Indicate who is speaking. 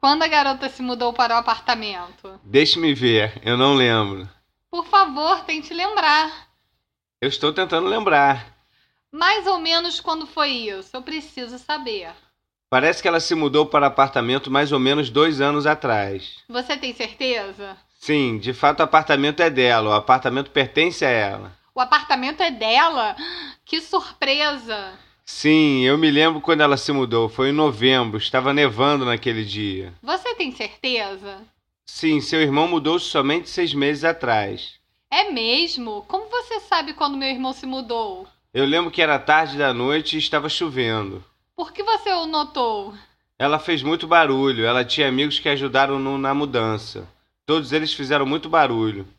Speaker 1: Quando a garota se mudou para o apartamento?
Speaker 2: Deixe-me ver, eu não lembro.
Speaker 1: Por favor, tente lembrar.
Speaker 2: Eu estou tentando lembrar.
Speaker 1: Mais ou menos quando foi isso? Eu preciso saber.
Speaker 2: Parece que ela se mudou para apartamento mais ou menos dois anos atrás.
Speaker 1: Você tem certeza?
Speaker 2: Sim, de fato o apartamento é dela, o apartamento pertence a ela.
Speaker 1: O apartamento é dela? Que surpresa!
Speaker 2: Sim, eu me lembro quando ela se mudou. Foi em novembro, estava nevando naquele dia.
Speaker 1: Você tem certeza?
Speaker 2: Sim, seu irmão mudou-se somente seis meses atrás.
Speaker 1: É mesmo? Como você sabe quando meu irmão se mudou?
Speaker 2: Eu lembro que era tarde da noite e estava chovendo.
Speaker 1: Por que você o notou?
Speaker 2: Ela fez muito barulho, ela tinha amigos que ajudaram no- na mudança. Todos eles fizeram muito barulho.